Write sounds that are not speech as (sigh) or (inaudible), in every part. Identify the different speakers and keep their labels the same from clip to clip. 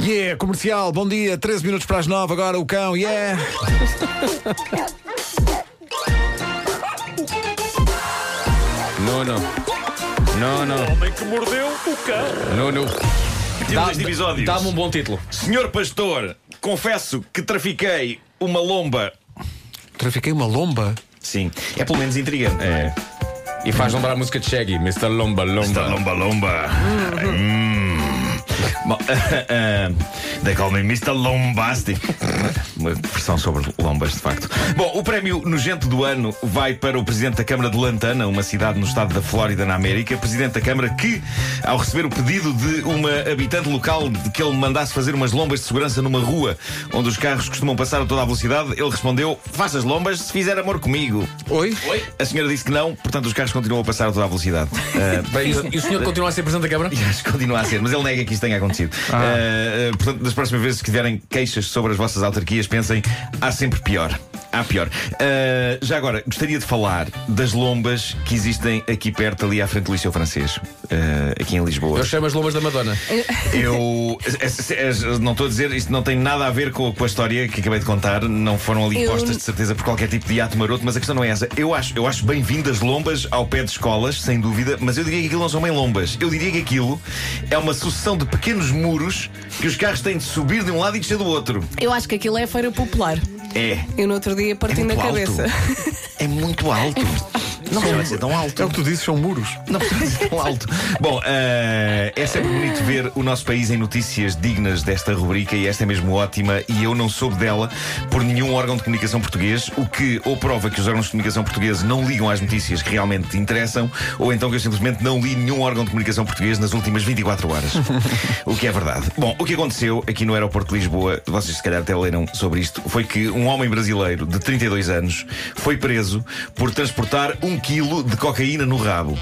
Speaker 1: Yeah, comercial, bom dia, 13 minutos para as 9, agora o cão, yeah!
Speaker 2: Nuno. Nuno.
Speaker 3: Homem que mordeu o cão.
Speaker 2: Nuno.
Speaker 3: Temos este episódio.
Speaker 2: Dá-me um bom título.
Speaker 3: Senhor pastor, confesso que trafiquei uma lomba.
Speaker 1: Trafiquei uma lomba.
Speaker 3: Sim, é pelo menos intrigante. É.
Speaker 2: E faz lembrar a música de Shaggy, Mr. Lomba
Speaker 3: Esta
Speaker 2: Lomba.
Speaker 3: lomba lomba. Hum. Bom, (laughs) eh, They call me Mr. Lombasti. Uma versão sobre lombas, de facto. Bom, o prémio nojento do ano vai para o presidente da Câmara de Lantana, uma cidade no estado da Flórida, na América. Presidente da Câmara que, ao receber o pedido de uma habitante local de que ele mandasse fazer umas lombas de segurança numa rua onde os carros costumam passar a toda a velocidade, ele respondeu: Faça as lombas se fizer amor comigo.
Speaker 1: Oi?
Speaker 3: A senhora disse que não, portanto os carros continuam a passar a toda a velocidade. Ah,
Speaker 2: Bem, e o- e o (laughs) senhor continua a ser presidente da Câmara?
Speaker 3: e acho que continua a ser, mas ele nega que isto tenha acontecido. Eh, eh, portanto, das próximas vezes que tiverem queixas sobre as vossas autarquias, pensem, há sempre pior. Há pior. Eh, já agora, gostaria de falar das lombas que existem aqui perto, ali à frente do Liceu Francês, eh, aqui em Lisboa.
Speaker 2: Eu chamo as lombas da Madonna.
Speaker 3: Eu es- es- es- não estou a dizer, isto não tem nada a ver com, com a história que acabei de contar, não foram ali
Speaker 4: Eu-
Speaker 3: postas de certeza por qualquer tipo de ato maroto, mas a questão não é essa. Eu acho, eu acho bem-vindas lombas ao pé de escolas, sem dúvida, mas eu diria que aquilo não são bem lombas. Eu diria que aquilo é uma sucessão de pequenos muros que os carros têm de subir de um lado e descer do outro.
Speaker 4: Eu acho que aquilo é feira popular.
Speaker 3: É.
Speaker 4: Eu no outro dia
Speaker 3: É
Speaker 4: parti na
Speaker 3: muito
Speaker 4: cabeça.
Speaker 3: (laughs) alto. É muito alto.
Speaker 4: (laughs)
Speaker 3: Não precisa de ser tão alto.
Speaker 1: É o que tu dizes, são muros.
Speaker 3: Não (laughs) precisa ser tão alto. Bom, eh, é sempre bonito ver o nosso país em notícias dignas desta rubrica e esta é mesmo ótima e eu não soube dela por nenhum órgão de comunicação português, o que ou prova que os órgãos de comunicação portugueses não ligam às notícias que realmente interessam ou então que eu simplesmente não li nenhum órgão de comunicação português nas últimas 24 horas. o que é verdade. Bom, o que aconteceu aqui no aeroporto de Lisboa, vocês se calhar até leram sobre isto, foi que um homem brasileiro de 32 anos foi preso por transportar um quilo de cocaína no rabo.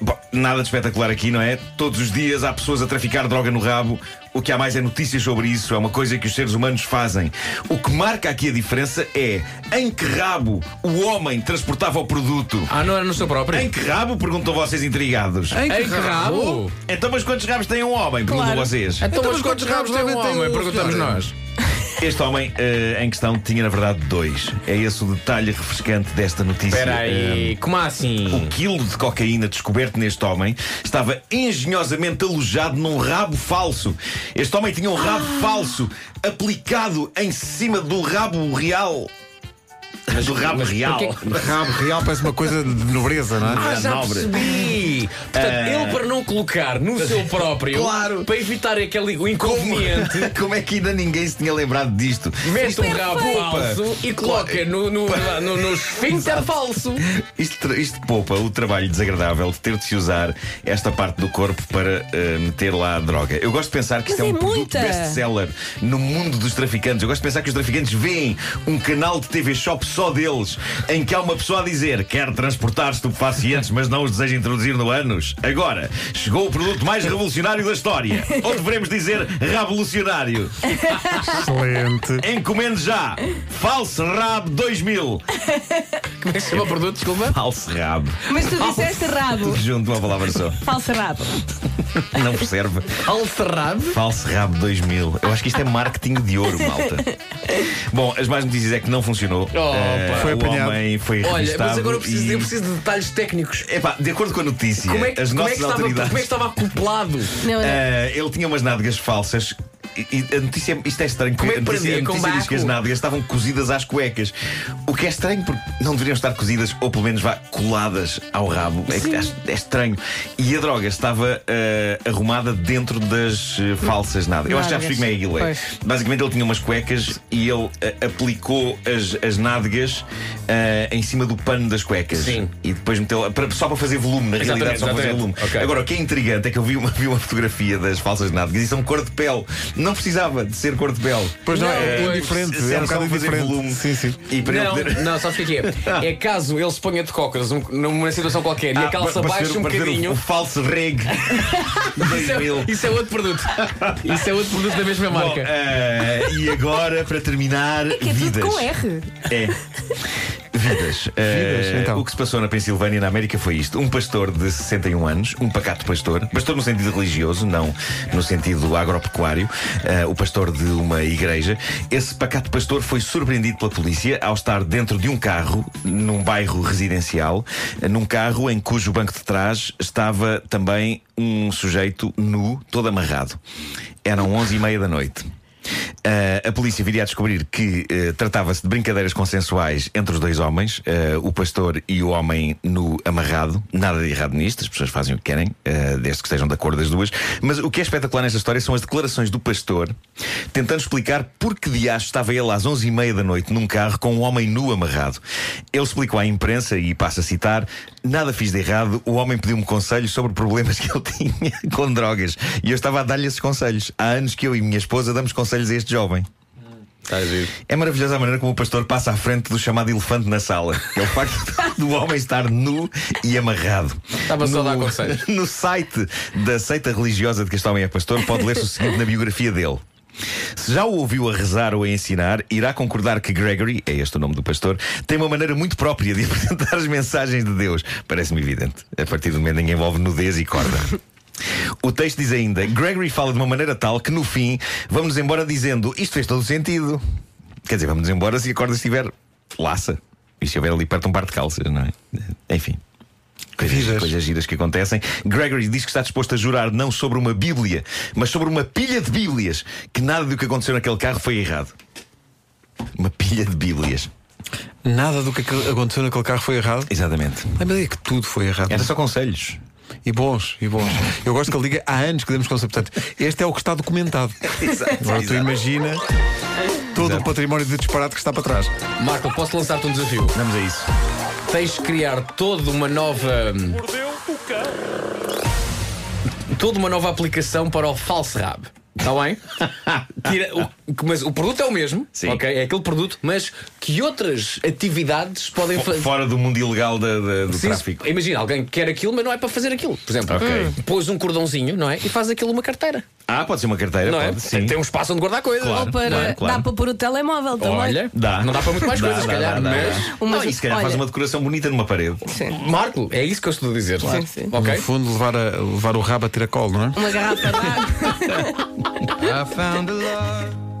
Speaker 3: Bom, nada de espetacular aqui, não é? Todos os dias há pessoas a traficar droga no rabo. O que há mais é notícias sobre isso. É uma coisa que os seres humanos fazem. O que marca aqui a diferença é em que rabo o homem transportava o produto.
Speaker 2: Ah, não era no seu próprio?
Speaker 3: Em que rabo? Perguntam vocês intrigados.
Speaker 2: Em que rabo?
Speaker 3: Então, mas quantos rabos tem um homem? Perguntam
Speaker 4: Claro.
Speaker 3: vocês.
Speaker 2: Então,
Speaker 1: mas
Speaker 2: mas quantos rabos tem um
Speaker 1: devem ter
Speaker 2: homem?
Speaker 1: um,
Speaker 2: Perguntamos
Speaker 1: senhora?
Speaker 2: nós.
Speaker 3: Este homem eh, em questão tinha, na verdade, dois. É esse o detalhe refrescante desta notícia. Eh,
Speaker 2: Espera aí, como
Speaker 3: O
Speaker 2: assim?
Speaker 3: quilo de cocaína descoberto neste homem estava engenhosamente alojado num rabo falso. Este homem tinha um rabo falso aplicado em cima do rabo real. do rabo real.
Speaker 1: Rabo
Speaker 3: (laughs)
Speaker 1: real parece uma coisa de nobreza, não é?
Speaker 2: Ah, já
Speaker 3: nobre.
Speaker 2: percebi! Portanto, ele para não colocar no (laughs) seu próprio,
Speaker 3: Claro.
Speaker 2: para evitar aquele o inconveniente,
Speaker 3: Como é que ainda ninguém se tinha lembrado disto?
Speaker 2: mete um rabo falso e coloca no, no, no, no esfíncter falso.
Speaker 3: Isto, isto poupa o trabalho desagradável de ter de se usar esta parte do corpo para eh, meter lá a droga. Eu gosto de pensar que isto
Speaker 4: Mas
Speaker 3: é um
Speaker 4: é
Speaker 3: produto
Speaker 4: muita!
Speaker 3: best-seller no mundo dos traficantes. Eu gosto de pensar que os traficantes veem um canal de TV Shop só deles, em que há uma pessoa a dizer quer transportar estupefacientes, mas não os deseja introduzir no ânus. Agora, chegou o produto mais revolucionário da história. Ou devemos dizer revolucionário.
Speaker 1: Excelente.
Speaker 3: Encomende já! False Rab 2000!
Speaker 2: Como é que se chama o produto, desculpa?
Speaker 3: False Rab.
Speaker 4: Mas tu disseste rabo.
Speaker 3: Tudo junto, uma palavra só.
Speaker 4: Falso rabo.
Speaker 3: Não percebe?
Speaker 2: Alcerrado.
Speaker 3: Falso Rabo 2000. Eu acho que isto é marketing de ouro, malta. Bom, as más notícias é que não funcionou. Eh,
Speaker 2: pá.
Speaker 1: Foi
Speaker 3: o
Speaker 1: apanhado.
Speaker 3: homem foi
Speaker 2: Olha,
Speaker 3: revistado
Speaker 2: mas agora eu preciso,
Speaker 3: e...
Speaker 2: eu preciso de detalhes técnicos.
Speaker 3: Epá, de acordo com a notícia,
Speaker 2: Como é que,
Speaker 3: as
Speaker 2: como é
Speaker 3: nossas
Speaker 2: que estava, como é
Speaker 3: autoridades.
Speaker 2: que estava acoplado?
Speaker 4: Não, não.
Speaker 3: Eh, ele tinha umas nádegas falsas. E- e a notícia, isto é estranho,
Speaker 2: Como é
Speaker 3: porque
Speaker 2: que
Speaker 3: a notícia,
Speaker 2: prendia? Com
Speaker 3: a notícia diz que as
Speaker 2: barco?
Speaker 3: nádegas estavam cozidas às cuecas. O que é estranho, porque não deveriam estar cozidas, ou pelo menos vá, coladas ao rabo. É, que acho- é estranho. E a droga estava eh, arrumada dentro das eh, falsas nádegas. Eu acho que já percebi como é que aquilo é.
Speaker 4: Pois.
Speaker 3: Basicamente, ele tinha umas cuecas e ele eh, aplicou as, as nádegas eh, em cima do pano das cuecas.
Speaker 2: Sim.
Speaker 3: E depois meteu para- só para fazer volume, na realidade,
Speaker 2: Exatamente,
Speaker 3: só para fazer volume.
Speaker 2: exatamente. Ok.
Speaker 3: Agora, o que é intrigante é que eu vi uma, vi uma fotografia das falsas nádegas e são cor de pele. Não precisava de ser cor de pele.
Speaker 1: Pois não,
Speaker 2: Não,
Speaker 1: é
Speaker 2: pois,
Speaker 1: indiferente,
Speaker 3: Se
Speaker 1: é um
Speaker 3: era só
Speaker 1: bocado
Speaker 3: fazer
Speaker 1: indiferente.
Speaker 3: volume.
Speaker 1: Sim, sim.
Speaker 3: E para
Speaker 2: Não,
Speaker 3: ele poder.
Speaker 2: não, sabes o que é que é? É caso ele se ponha de cócoras um- numa situação qualquer e a
Speaker 3: Ah,
Speaker 2: calça
Speaker 3: para- para
Speaker 2: baixa
Speaker 3: ser-
Speaker 2: um
Speaker 3: para ser o-
Speaker 2: bocadinho.
Speaker 3: O, falso
Speaker 2: (laughs)
Speaker 3: reg.
Speaker 2: Isso é,
Speaker 3: 2000.
Speaker 2: (laughs) isso é outro produto. Isso é outro produto da mesma
Speaker 3: Bom, é,
Speaker 2: marca.
Speaker 3: eh, e agora, para terminar,
Speaker 4: Que é tudo
Speaker 3: vidas.
Speaker 4: com R.
Speaker 3: É. Vidas. Eh,
Speaker 1: Vidas, então.
Speaker 3: O que se passou na Pensilvânia, na América, foi isto. Um pastor de 61 anos, um pacato pastor, pastor no sentido religioso, não no sentido agropecuário, eh, o pastor de uma igreja. Esse pacato pastor foi surpreendido pela polícia ao estar dentro de um carro, num bairro residencial, eh, num carro em cujo banco de trás estava também um sujeito nu, todo amarrado. Eram 11 e meia da noite. Uh, a polícia viria a descobrir que uh, tratava-se de brincadeiras consensuais entre os dois homens, uh, o pastor e o homem no amarrado. Nada de errado nisto, as pessoas fazem o que querem, uh, desde que estejam de acordo as duas. Mas o que é espetacular nesta história são as declarações do pastor tentando explicar por que diacho estava ele às 11h30 da noite num carro com um homem nu amarrado. Ele explicou à imprensa, e passo a citar: Nada fiz de errado, o homem pediu-me conselhos sobre problemas que ele (laughs) tinha com drogas. E eu estava a dar-lhe esses conselhos. Há anos que eu e minha esposa damos conselhos a este jovem.
Speaker 2: Está a giro.
Speaker 3: É maravilhosa a maneira como o pastor passa à frente do chamado elefante na sala. É o facto (laughs) do homem estar nu e amarrado.
Speaker 2: Estava só a dar conselhos.
Speaker 3: (laughs) No site da seita religiosa de que este homem é pastor, pode ler-se o seguinte na biografia dele. Se já o ouviu a rezar ou a ensinar, irá concordar que Gregory, é este o nome do pastor, tem uma maneira muito própria de (laughs) apresentar as mensagens de Deus. Parece-me evidente. A partir do momento em que envolve nudez e corda. O texto diz ainda: Gregory fala de uma maneira tal que no fim vamos-nos embora dizendo isto fez todo o sentido. Quer dizer, vamos-nos embora se a corda estiver laça. E se houver ali perto um par de calças, não é? Enfim. Coisas,
Speaker 1: Vidas.
Speaker 3: coisas giras que acontecem. Gregory diz que está disposto a jurar não sobre uma Bíblia, mas sobre uma pilha de Bíblias, que nada do que aconteceu naquele carro foi errado. Uma pilha de Bíblias.
Speaker 1: Nada do que aquele- aconteceu naquele carro foi errado.
Speaker 3: Exatamente.
Speaker 1: Lembra aí que tudo foi errado.
Speaker 3: Era só conselhos.
Speaker 1: E bons, e bons. Eu gosto que ele diga há anos que demos conselho. Portanto, este é o que está documentado.
Speaker 3: Exato,
Speaker 1: Agora tu
Speaker 3: exato.
Speaker 1: imagina todo o património de disparate que está para trás.
Speaker 2: Marco, posso lançar-te um desafio?
Speaker 3: Vamos a isso.
Speaker 2: Tens de criar toda uma nova. Toda uma nova aplicação para o falso rab. Está
Speaker 3: (laughs)
Speaker 2: bem? Tira o- que- mas o produto é o mesmo,
Speaker 3: Sim.
Speaker 2: ok? É aquele produto, mas que outras atividades podem
Speaker 3: Fo-
Speaker 2: fazer?
Speaker 3: Fora do mundo ilegal da- da- do
Speaker 2: Sim,
Speaker 3: tráfico.
Speaker 2: se- Imagina, alguém quer aquilo, mas não é para fazer aquilo. Por exemplo,
Speaker 3: Ok.
Speaker 2: hum, pôs um cordãozinho, não é? E faz aquilo uma carteira.
Speaker 3: Ah, pode ser uma carteira,
Speaker 2: não é?
Speaker 3: pode, sim.
Speaker 2: Tem um espaço onde guardar coisas.
Speaker 3: Claro.
Speaker 4: Ou para.
Speaker 3: claro, claro.
Speaker 4: Dá para pôr o telemóvel também.
Speaker 2: Olha,
Speaker 3: Dá.
Speaker 2: não dá para muito mais
Speaker 3: Dá,
Speaker 2: coisas, se
Speaker 3: dá,
Speaker 2: calhar,
Speaker 3: dá, dá,
Speaker 2: mas.
Speaker 3: dá.
Speaker 4: Uma-
Speaker 3: Não, e se calhar faz
Speaker 4: olha.
Speaker 3: uma decoração bonita numa parede.
Speaker 4: Sim.
Speaker 2: Marco, é isso que eu estou a dizer.
Speaker 4: Claro, sim.
Speaker 2: Ok?
Speaker 1: No fundo, levar, a-
Speaker 3: (laughs)
Speaker 1: levar o rabo a tiracolo, não é?
Speaker 4: Uma garrafa de água.